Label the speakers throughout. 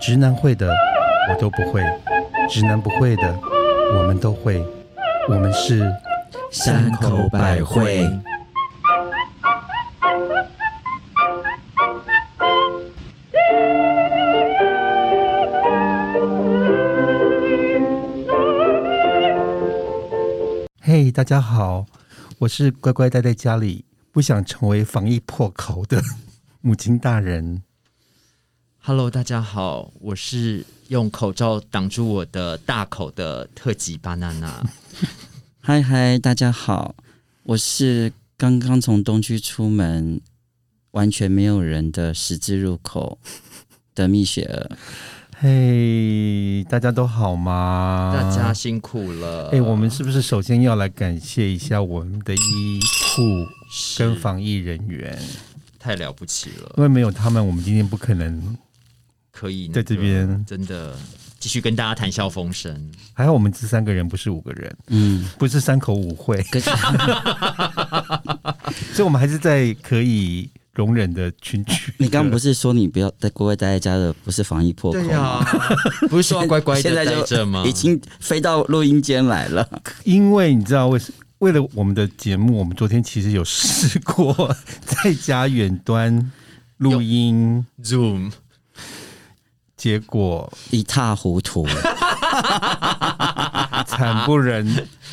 Speaker 1: 直男会的我都不会，直男不会的我们都会，我们是
Speaker 2: 山口百惠。
Speaker 1: 嘿大家好，我是乖乖待在家里，不想成为防疫破口的 母亲大人。
Speaker 2: Hello，大家好，我是用口罩挡住我的大口的特级巴娜娜。
Speaker 3: 嗨嗨，大家好，我是刚刚从东区出门，完全没有人的十字路口的蜜雪儿。
Speaker 1: 嘿、大家都好吗？
Speaker 2: 大家辛苦了。
Speaker 1: 哎、我们是不是首先要来感谢一下我们的医护
Speaker 2: 是
Speaker 1: 跟防疫人员？
Speaker 2: 太了不起了，
Speaker 1: 因为没有他们，我们今天不可能。
Speaker 2: 可以、
Speaker 1: 在这边
Speaker 2: 真的继续跟大家谈笑风生。
Speaker 1: 还好我们这三个人不是五个人，
Speaker 3: 嗯，
Speaker 1: 不是三口五会，
Speaker 3: 跟
Speaker 1: 所以我们还是在可以容忍的群聚的。
Speaker 3: 你刚刚不是说你不要在乖乖待在家的，不是防疫破口
Speaker 2: 对
Speaker 3: 吗？
Speaker 2: 呀、不是说要乖乖
Speaker 3: 现
Speaker 2: 的
Speaker 3: 在
Speaker 2: 待着
Speaker 3: 就
Speaker 2: 吗？
Speaker 3: 已经飞到录音间来了。
Speaker 1: 因为你知道为什为了我们的节目，我们昨天其实有试过在家远端录音，
Speaker 2: Zoom
Speaker 1: 结果
Speaker 3: 一塌糊涂，
Speaker 1: 惨不
Speaker 3: 啊
Speaker 1: 忍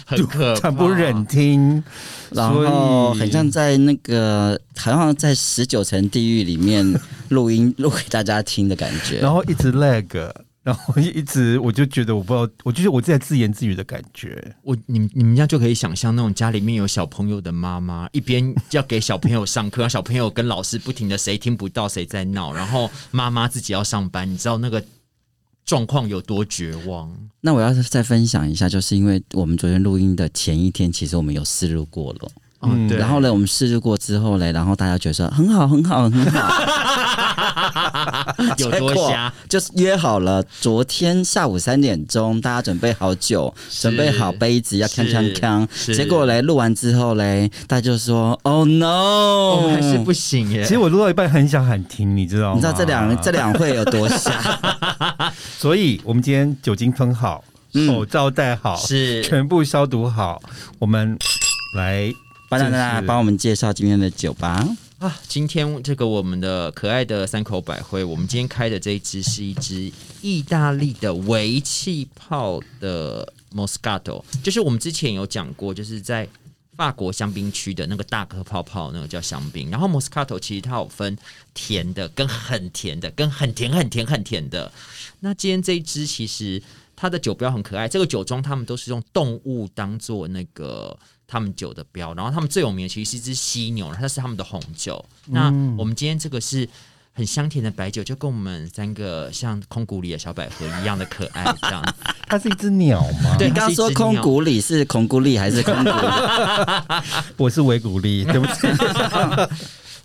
Speaker 2: 很可怕，
Speaker 1: 惨不忍听，
Speaker 3: 然后
Speaker 1: 所以
Speaker 3: 很像在那个，好像在十九层地狱里面录音录给大家听的感觉。
Speaker 1: 然后一直 lag，然后一直我就觉得我不知道，我就是我在自言自语的感觉。
Speaker 2: 我你们你们这样就可以想象那种家里面有小朋友的妈妈， 一边要给小朋友上课，让小朋友跟老师不停的谁听不到谁在闹，然后妈妈自己要上班，你知道那个状况有多绝望？
Speaker 3: 那我要再分享一下，就是因为我们昨天录音的前一天，其实我们有试录过了。
Speaker 1: 嗯
Speaker 2: 嗯，对。
Speaker 3: 然后呢，我们试录过之后嘞，然后大家觉得说很好，很好，很好，
Speaker 2: 有多瞎？
Speaker 3: 就是约好了昨天下午三点钟，大家准备好酒，准备好杯子，要锵锵锵。
Speaker 2: 是
Speaker 3: 结果嘞，录完之后嘞，大家就说 “Oh no”，、
Speaker 2: 哦，还是不行耶。
Speaker 1: 其实我录到一半很想喊停，你知道吗？
Speaker 3: 你知道这两这两会有多 吓？
Speaker 1: 所以我们今天酒精喷好，
Speaker 3: 嗯
Speaker 1: 口罩戴好，
Speaker 2: 是
Speaker 1: 全部消毒好，我们来
Speaker 3: 巴娜娜
Speaker 1: 真是
Speaker 3: 帮我们介绍今天的酒吧，
Speaker 2: 啊，今天这个我们的可爱的三口百惠，我们今天开的这一支是一支意大利的微气泡的 Moscato，就是我们之前有讲过，就是在法国香槟区的那个大颗泡泡，那个叫香槟。然后 Moscato 其实它有分甜的、跟很甜的、跟很甜、很甜、很甜的。那今天这一支其实它的酒标很可爱，这个酒庄他们都是用动物当做那个他们酒的标，然后他们最有名的其实是一只犀牛，它是他们的红酒。
Speaker 3: 嗯
Speaker 2: 那我们今天这个是。很香甜的白酒，就跟我们三个像空谷里的小百合一样的可爱，这样 子。
Speaker 1: 它是一只鸟 吗？
Speaker 2: 对
Speaker 3: 你刚刚说空谷里是孔古里还是空谷？
Speaker 1: 我是维古力，对不起。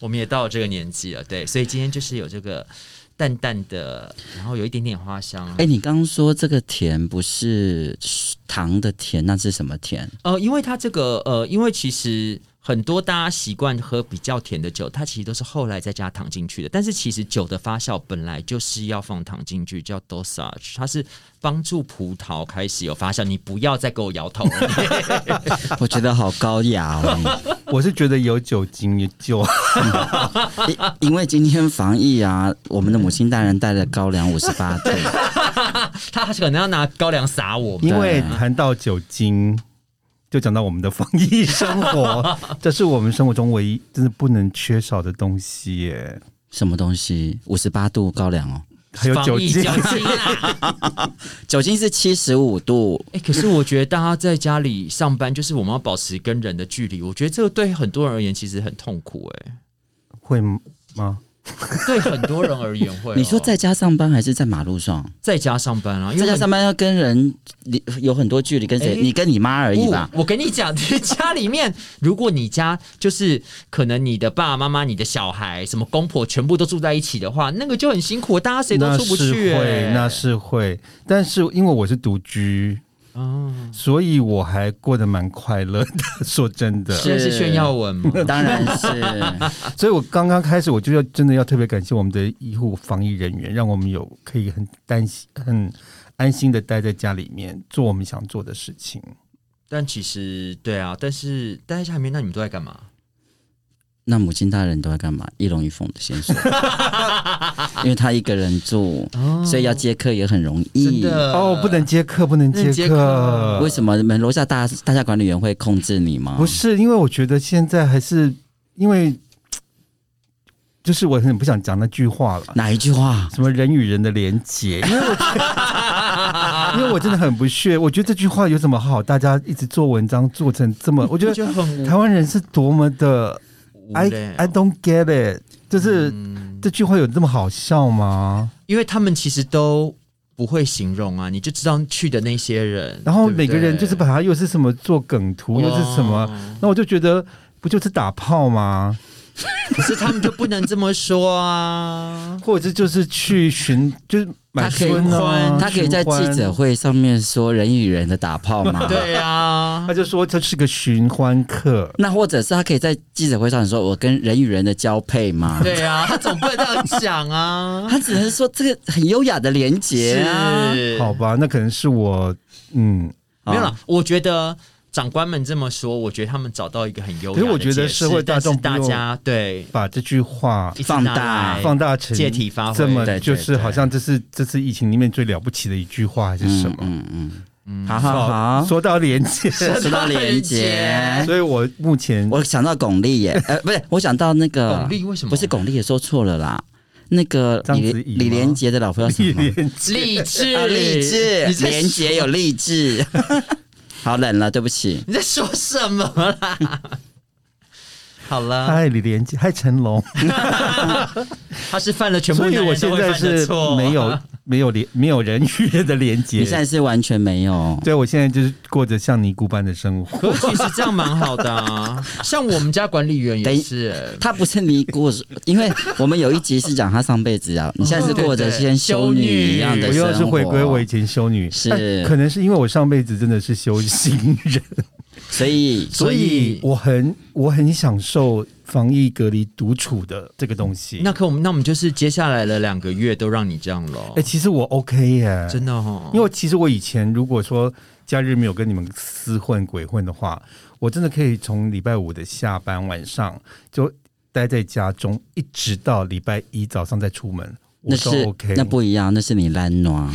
Speaker 2: 我们也到了这个年纪了，对，所以今天就是有这个淡淡的，然后有一点点花香。
Speaker 3: 哎、你刚刚说这个甜不是糖的甜，那是什么 甜？
Speaker 2: 呃，因为它这个呃，因为其实很多大家习惯喝比较甜的酒，它其实都是后来再加糖进去的。但是其实酒的发酵本来就是要放糖进去，叫 dosage，它是帮助葡萄开始有发酵。你不要再给我摇头了，
Speaker 3: 我觉得好高雅哦，
Speaker 1: 我是觉得有酒精也就
Speaker 3: 因因为今天防疫啊，我们的母亲大人带了高粱五十八度，
Speaker 2: 他可能要拿高粱撒我们。
Speaker 1: 因为谈到酒精，就讲到我们的防疫生 活，这是我们生活中唯一真的不能缺少的东西耶。
Speaker 3: 什么东西？五十八度高粱哦，
Speaker 1: 还有酒
Speaker 2: 防疫
Speaker 1: 精，
Speaker 2: 精啦！
Speaker 3: 酒精是七十五度，
Speaker 2: 哎、可是我觉得大家在家里上班，就是我们要保持跟人的距离。我觉得这个对很多人而言其实很痛苦、
Speaker 1: 会吗？
Speaker 2: 哎，对很多人而言 会哦、
Speaker 3: 你说在家上班还是在马路上？
Speaker 2: 在家上班啊，因为
Speaker 3: 在家
Speaker 2: 很
Speaker 3: 上班要跟人你有很多距离，跟谁？
Speaker 2: 哎
Speaker 3: 你跟你妈而已
Speaker 2: 不
Speaker 3: 吧。
Speaker 2: 我跟你讲，在家里面，如果你家就是可能你的爸爸妈妈、你的小孩、什么公婆全部都住在一起的话，那个就很辛苦，大家谁都
Speaker 1: 那
Speaker 2: 出不
Speaker 1: 是
Speaker 2: 去、
Speaker 1: 会
Speaker 2: 哎，
Speaker 1: 那是会，但是因为我是独居，
Speaker 2: 哦，
Speaker 1: 所以我还过得蛮快乐的。说真的，
Speaker 2: 这是炫耀文吗？
Speaker 3: 当然是
Speaker 1: 所以我刚刚开始我就要真的要特别感谢我们的医护防疫人员，让我们有可以很担心、很安心的待在家里面做我们想做的事情。
Speaker 2: 但其实对啊，但是待在家里面，那你们都在干嘛？
Speaker 3: 那母亲大人都在干嘛？一龙一凤的先 说，因为他一个人住，所以要接客也很容
Speaker 2: 哦真
Speaker 3: 易。
Speaker 2: 的
Speaker 1: 哦，不能接客，不能
Speaker 2: 呃不能
Speaker 1: 接
Speaker 2: 接
Speaker 1: 客
Speaker 2: 客，
Speaker 3: 为什么你们楼下大大厦管理员会控制你吗？
Speaker 1: 不，是，因为我觉得现在还是因为，就是我很不想讲那句话了，
Speaker 3: 哪一句话？
Speaker 1: 什么人与人的连结，因为我觉得因为我 真的很不屑，我觉得这句话有什么好？大家一直做文章做成这么，我觉
Speaker 2: 我
Speaker 1: 得
Speaker 2: 觉得很无
Speaker 1: 台湾人是多么的
Speaker 2: 无
Speaker 1: I
Speaker 2: 聊
Speaker 1: I don't get it，就是、
Speaker 3: 嗯
Speaker 1: 这句话有这么好笑吗？
Speaker 2: 因为他们其实都不会形容啊，你就知道去的那些人，
Speaker 1: 然后
Speaker 2: 对不
Speaker 1: 每个人就是
Speaker 2: 对
Speaker 1: 把它又是什么做梗图，又是什么，
Speaker 2: 哦
Speaker 1: 那我就觉得不就是打炮吗？。
Speaker 2: 可是他们就不能这么说啊
Speaker 1: 或者是就是去寻就是买
Speaker 3: 他可以
Speaker 1: 春
Speaker 2: 哦
Speaker 1: 啊，
Speaker 3: 他可以在
Speaker 1: 寻欢
Speaker 3: 记者，会上面说人与人的打炮吗？。
Speaker 2: 对啊
Speaker 1: 他，就说这是个寻欢客。
Speaker 3: 那或者是他可以在记者会上说，我跟人与人的交配 吗？
Speaker 2: 对啊，他总不能这样 讲啊。
Speaker 3: 他只能说这个很优雅的连接啊。
Speaker 2: 是
Speaker 1: 好吧，那可能是我嗯，
Speaker 3: 好
Speaker 2: 没有啦，我觉得长官们这么说，我觉得他们找到一个很优雅的
Speaker 1: 可是我觉得
Speaker 2: 解释
Speaker 1: 社会大众
Speaker 2: 但
Speaker 1: 不
Speaker 2: 是大
Speaker 1: 用
Speaker 2: 家对
Speaker 1: 把这句话
Speaker 2: 一直
Speaker 3: 放
Speaker 2: 拿
Speaker 3: 大
Speaker 2: 来
Speaker 1: 放大成
Speaker 2: 借题发挥
Speaker 1: 这
Speaker 3: 对
Speaker 1: 么
Speaker 3: 对
Speaker 1: 就是
Speaker 3: 对
Speaker 1: 好像这是这次疫情里面最了不起的一句话还是什么？
Speaker 3: 嗯嗯嗯，好好好，
Speaker 1: 说到连 接，
Speaker 3: 说到连
Speaker 2: 连
Speaker 3: 接，
Speaker 1: 所以哎我目前
Speaker 3: 我想到巩俐耶，呃，不是，我想到那个
Speaker 2: 巩俐为什么
Speaker 3: 不是巩俐也说错了啦，那个
Speaker 1: 章
Speaker 3: 李
Speaker 1: 子怡吗
Speaker 3: 李连杰的老婆叫什
Speaker 1: 一
Speaker 3: 么？
Speaker 1: 连
Speaker 2: 励
Speaker 3: 啊
Speaker 2: 志
Speaker 3: 励志
Speaker 2: 你，在
Speaker 3: 连杰有励志。 好冷了，对不起。
Speaker 2: 你在说什么啦？ 好了，
Speaker 1: 嗨李连杰，嗨成 龙，
Speaker 2: 他是犯了全部
Speaker 1: 所以
Speaker 2: 男
Speaker 1: 我
Speaker 2: 人
Speaker 1: 现
Speaker 2: 都会
Speaker 1: 在
Speaker 2: 犯的
Speaker 1: 是
Speaker 2: 错，
Speaker 1: 没有没有连没有人与人的连接
Speaker 3: 你现。在是完全没有，
Speaker 1: 对，我现在就是过着像尼姑般的生活。
Speaker 2: 可是其实这样蛮好的 啊，像我们家管理员也是。
Speaker 3: 她不是尼姑，是因为我们有一集是讲她上辈子啊，你现在是过着像修女一样
Speaker 2: 对
Speaker 3: 的
Speaker 1: 我
Speaker 3: 生活，
Speaker 1: 又是回归我以前修女，
Speaker 3: 是
Speaker 1: 但可能是因为我上辈子真的是修行人，
Speaker 3: 所以
Speaker 2: 所
Speaker 1: 所
Speaker 2: 以
Speaker 1: 以我很我很享受防疫隔离独处的这个东西。
Speaker 2: 那可我们那我们就是接下来的两个月都让你这样喽
Speaker 1: 哎、，其实我 OK 耶，
Speaker 2: 真的哦，
Speaker 1: 因为其实我以前如果说假日没有跟你们厮混鬼混的话，我真的可以从礼拜五的下班晚上就待在家中，一直到礼拜一早上再出门，我
Speaker 3: 那
Speaker 1: 都
Speaker 3: 是
Speaker 1: OK。
Speaker 3: 那不一样，那是你懒 暖。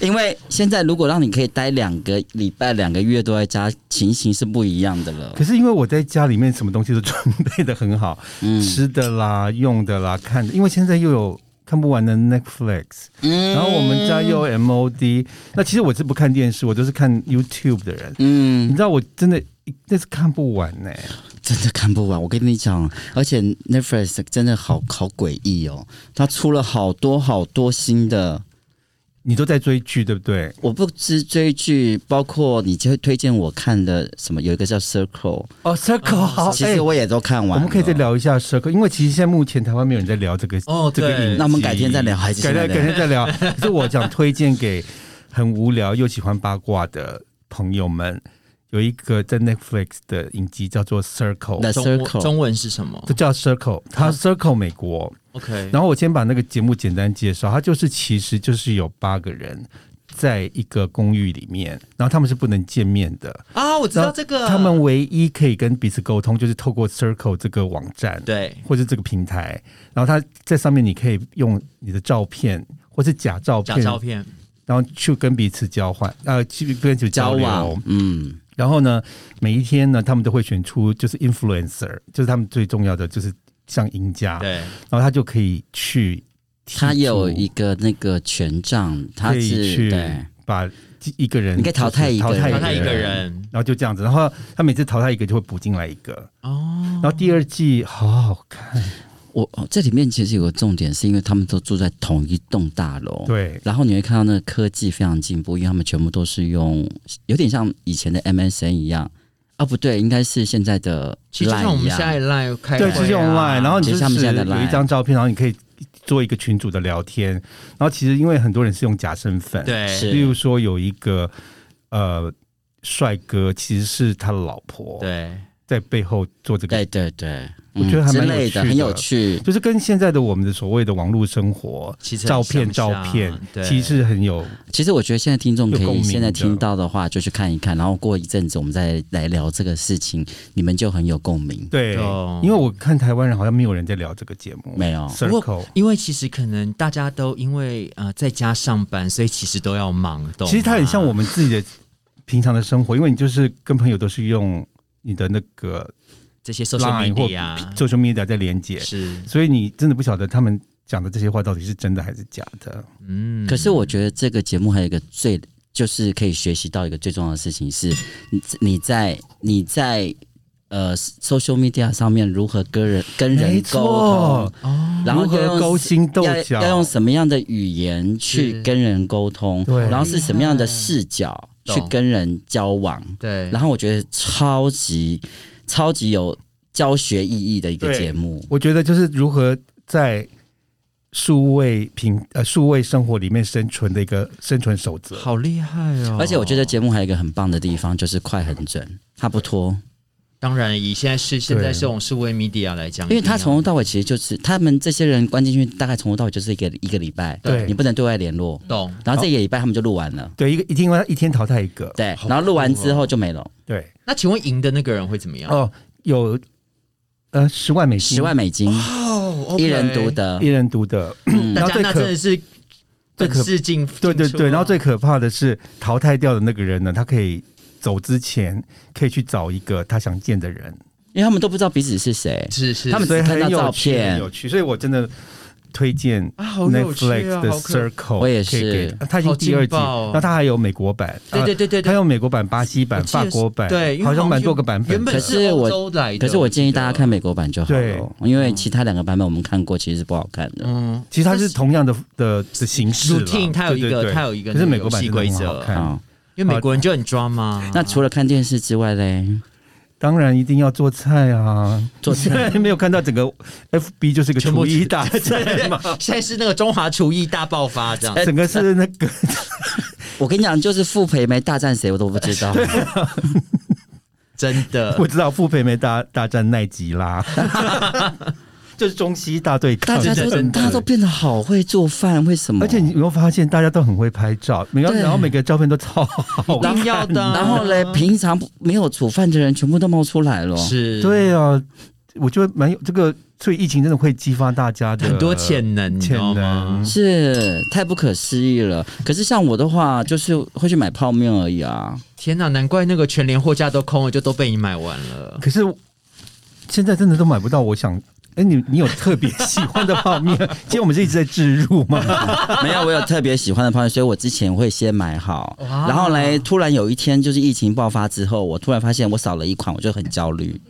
Speaker 3: 因为现在如果让你可以待两个礼拜、两个月都在家，情形是不一样的了
Speaker 1: 可。是因为我在家里面什么东西都准备的很好，
Speaker 3: 嗯
Speaker 1: 吃的啦、用的啦、看的，因为现在又有看不完的 Netflix，
Speaker 3: 嗯
Speaker 1: 然后我们家又有 MOD，那其实我是不看电视，我都是看 YouTube 的人。你
Speaker 3: 嗯，
Speaker 1: 知道我真的那是看不完呢、
Speaker 3: 真的看不完。我跟你讲，而且 Netflix 真的好好诡异哦，它出了好多好多新的。
Speaker 1: 你都在追剧对不对？
Speaker 3: 我不知追剧，包括你就会推荐我看的什么，有一个叫 Circle，
Speaker 1: 哦，Circle 好，哎
Speaker 3: 其实我也都看完了、
Speaker 1: 我们可以再聊一下 Circle，因为其实现在目前台湾没有人在聊这个
Speaker 2: 哦
Speaker 1: 这个
Speaker 2: 对
Speaker 1: 影集
Speaker 3: 那我们改天再聊还是
Speaker 1: 改
Speaker 3: 现
Speaker 1: 天
Speaker 3: 在
Speaker 1: 改
Speaker 3: 聊
Speaker 1: 天再聊。 可是我想推荐给很无聊又喜欢八卦的朋友们，有一个在 Netflix 的影集叫做 Circle，
Speaker 3: The
Speaker 2: 中文
Speaker 3: Circle
Speaker 2: 中文是什么
Speaker 1: 这叫 Circle，它
Speaker 3: 啊
Speaker 1: Circle 美国。
Speaker 2: ？OK，
Speaker 1: 然后我先把那个节目简单介绍，它就是其实就是有八个人。在一个公寓里面，然后他们是不能见面的。
Speaker 2: 啊，我知
Speaker 1: 然
Speaker 2: 道
Speaker 1: 后
Speaker 2: 这个，
Speaker 1: 他们唯一可以跟彼此沟通，就是透过 Circle 这个网站。
Speaker 2: 对
Speaker 1: 或是这个平台，然后它在上面你可以用你的照片或是假照
Speaker 2: 假
Speaker 1: 片，
Speaker 2: 照片，
Speaker 1: 然后去跟彼此交换，呃，去跟彼此
Speaker 3: 交
Speaker 1: 交流。
Speaker 3: 往，嗯，
Speaker 1: 然后呢，每一天呢，他们都会选出就是 influencer，就是他们最重要的就是像赢家，然
Speaker 2: 对，
Speaker 1: 后他就可以去剔除，
Speaker 3: 他有一个那个权杖，他
Speaker 1: 可以
Speaker 3: 是
Speaker 1: 去
Speaker 3: 对，
Speaker 1: 把一个人
Speaker 3: 你可以淘汰一个
Speaker 1: 就是
Speaker 3: 人
Speaker 2: 淘
Speaker 1: 淘
Speaker 2: 汰
Speaker 1: 汰
Speaker 2: 一
Speaker 1: 一
Speaker 2: 个
Speaker 1: 个人。
Speaker 2: 人
Speaker 1: 然后就这样子，然后他每次淘汰一个就会补进来一个，
Speaker 2: 哦
Speaker 1: 然，后第二季好好看，
Speaker 3: 我哦这里面其实有个重点，是因为他们都住在同一栋大楼，。
Speaker 1: 对，
Speaker 3: 然后你会看到那个科技非常进步，因为他们全部都是用，有点像以前的 MSN 一样，啊，不对，应该是现在的
Speaker 2: 其实就像我
Speaker 3: Line 一
Speaker 2: 们现
Speaker 3: 样。
Speaker 2: 在 Line 开
Speaker 1: 对，
Speaker 2: 会
Speaker 1: 就是用
Speaker 2: 啊
Speaker 1: Line，然后你
Speaker 3: 其
Speaker 1: 就
Speaker 3: 实他们
Speaker 1: 是
Speaker 3: 现在的
Speaker 1: 有一
Speaker 3: Line
Speaker 1: 张照片，然后你可以做一个群组的聊天，然后其实因为很多人是用假身份，，
Speaker 2: 对
Speaker 3: 是
Speaker 1: 例如说有一个呃帅哥其实是他的老婆
Speaker 2: 对，
Speaker 1: 在背后做这个
Speaker 3: 对对对，嗯
Speaker 1: 我觉得还
Speaker 3: 之
Speaker 1: 蛮有
Speaker 3: 类的，
Speaker 1: 趣
Speaker 3: 很
Speaker 1: 的
Speaker 3: 有趣。
Speaker 1: 就是跟现在的我们的所谓的网络生活、
Speaker 2: 其实很
Speaker 1: 照片、
Speaker 2: 相
Speaker 1: 照
Speaker 2: 像
Speaker 1: 片，
Speaker 2: 对
Speaker 1: 其实很有
Speaker 3: 其实我觉得现在听众可
Speaker 1: 有共
Speaker 3: 以
Speaker 1: 鸣的
Speaker 3: 现在听到的话，就去看一看，然后过一阵子我们再来聊这个事情，你们就很有共鸣。
Speaker 1: 对
Speaker 2: 懂，
Speaker 1: 因为我看台湾人好像没有人在聊这个节目，
Speaker 3: 没有
Speaker 1: Circle。
Speaker 2: 因为其实可能大家都因为呃在家上班，所以其实都要忙，懂吗？啊
Speaker 1: 其实它很像我们自己的平常的生活，因为你就是跟朋友都是用你的那个
Speaker 2: 这些 social
Speaker 1: Line 或
Speaker 2: media 啊
Speaker 1: social media 在连接，
Speaker 2: 是
Speaker 1: 所以你真的不晓得他们讲的这些话到底是真的还是假的。
Speaker 2: 嗯，
Speaker 3: 可是我觉得这个节目还有一个最，就是可以学习到一个最重要的事情是，你你在你在呃 social media 上面如何跟人跟人
Speaker 1: 没
Speaker 3: 沟
Speaker 1: 错
Speaker 3: 通，，然后
Speaker 1: 如
Speaker 3: 要
Speaker 1: 何
Speaker 3: 用
Speaker 1: 勾心斗角
Speaker 3: 要要用什么样的语言
Speaker 2: 是
Speaker 3: 去跟人沟通，
Speaker 1: 对嗯
Speaker 3: 然后是什么样的视角
Speaker 2: 懂
Speaker 3: 去跟人交往，
Speaker 2: 对，
Speaker 3: 然后我觉得超级超级有教学意义的一个
Speaker 1: 对
Speaker 3: 节目，
Speaker 1: 我觉得就是如何在数位平呃数位生活里面生存的一个生存守则。
Speaker 2: 好厉害哦！
Speaker 3: 而且我觉得节目还有一个很棒的地方就是快很准，它不拖。
Speaker 2: 当然以现在是现在
Speaker 1: 对
Speaker 2: 这种数位 media 来讲，
Speaker 3: 因为他
Speaker 2: 一定要
Speaker 3: 从头到尾其实就是他们这些人关进去，大概从头到尾就是一个一个礼拜，
Speaker 1: 对
Speaker 3: 你不能对外联络。
Speaker 2: 懂
Speaker 3: 然后这一个礼拜他们就录完了，
Speaker 1: 对，一个一定要一天淘汰一个。
Speaker 3: 对
Speaker 2: 好，
Speaker 3: 然后录完之后就没了，
Speaker 1: 对，
Speaker 2: 那请问赢的那个人会怎么样？
Speaker 1: 哦，有呃十万美金，
Speaker 3: 十万美金，
Speaker 2: 哦
Speaker 3: 一人独，得
Speaker 1: 一，人读的，
Speaker 3: 嗯
Speaker 1: 然
Speaker 2: 大
Speaker 1: 后
Speaker 2: 家
Speaker 1: 最
Speaker 2: 嗯那真的
Speaker 1: 可
Speaker 2: 是
Speaker 1: 最
Speaker 2: 本
Speaker 1: 可
Speaker 2: 事尽
Speaker 1: 对对对，然后最
Speaker 2: 最
Speaker 1: 可怕的是淘汰掉的那个人呢，他可以走之前可以去找一个他想见的人，
Speaker 3: 因为他们都不知道彼此是谁。
Speaker 2: 是是
Speaker 3: 他们
Speaker 1: 所以
Speaker 3: 只看到
Speaker 1: 很有
Speaker 3: 照
Speaker 1: 趣
Speaker 3: 片
Speaker 1: 很有趣，所以我真的推荐
Speaker 2: 啊，好有趣
Speaker 1: Netflix
Speaker 2: 啊，
Speaker 1: 的
Speaker 2: 好可
Speaker 1: Circle，
Speaker 3: 我也
Speaker 1: 可以
Speaker 3: 是
Speaker 1: 给啊他已经第二季，
Speaker 2: 好劲爆哦
Speaker 1: 那他还有美国版，
Speaker 2: 对对对对
Speaker 1: 呃他
Speaker 2: 对。
Speaker 1: 有美国版、巴西版、
Speaker 2: 我记得
Speaker 1: 法
Speaker 2: 是
Speaker 1: 国版，
Speaker 2: 对，因为
Speaker 1: 好像蛮多个版
Speaker 2: 原
Speaker 1: 本的。
Speaker 2: 本是
Speaker 3: 可是我
Speaker 2: 欧洲来的
Speaker 3: 可是我建议大家看，美国版就好了，因为其他两个版本我们看过，其实是不好看的。
Speaker 2: 嗯，
Speaker 1: 其实它是同样的的的形式啦
Speaker 2: routine，它有一
Speaker 1: 对对
Speaker 2: 个
Speaker 1: 对
Speaker 2: 它有一个
Speaker 1: 可是美国
Speaker 2: 那
Speaker 1: 版
Speaker 2: 个游戏
Speaker 1: 真的很
Speaker 2: 规则
Speaker 1: 好看。
Speaker 3: 啊，
Speaker 2: 因为美国人就很 drama。
Speaker 3: 那除了看电视之外嘞，
Speaker 1: 当然一定要做菜啊！
Speaker 3: 做菜
Speaker 1: 你现 在没有看到整个 FB 就是一个
Speaker 2: 全部
Speaker 1: 厨艺大
Speaker 2: 对
Speaker 1: 赛 嘛，
Speaker 2: 现在是那个中华厨艺大爆发这样。
Speaker 3: 呃
Speaker 1: 整个是那个
Speaker 3: 我跟你讲，就是傅培梅大战谁我都不知 道。
Speaker 2: 真的
Speaker 1: 我。知道傅培梅大大战奈吉 拉，就是中西大对抗，
Speaker 3: 大家都
Speaker 1: 真的
Speaker 3: 大家都。变得好会做饭，为什么？
Speaker 1: 而且你有没有发现，大家都很会拍照，每个
Speaker 3: 对
Speaker 1: 然后每个照片都超好
Speaker 2: 一定
Speaker 1: 看。
Speaker 2: 要的啊，
Speaker 3: 然后嘞，平常不没有煮饭的人全部都冒出来了。
Speaker 2: 是
Speaker 1: 对啊，我觉得蛮有这个，所以疫情真的会激发大家的
Speaker 2: 很多潜能，你知
Speaker 1: 潜
Speaker 2: 道吗
Speaker 1: 能？。
Speaker 3: 是太不可思议了。可是像我的话，就是会去买泡面而 已啊。
Speaker 2: 天哪，难怪那个全联货架都空了，就都被你买完了。
Speaker 1: 可是现在真的都买不到，我想。哎，你你有特别喜欢的泡 面？今天我们是一直在置入吗？
Speaker 3: 没有，我有特别喜欢的泡面，所以我之前会先买好。
Speaker 2: 哇
Speaker 3: 然后嘞，突然有一天就是疫情爆发之后，我突然发现我少了一款，我就很焦虑。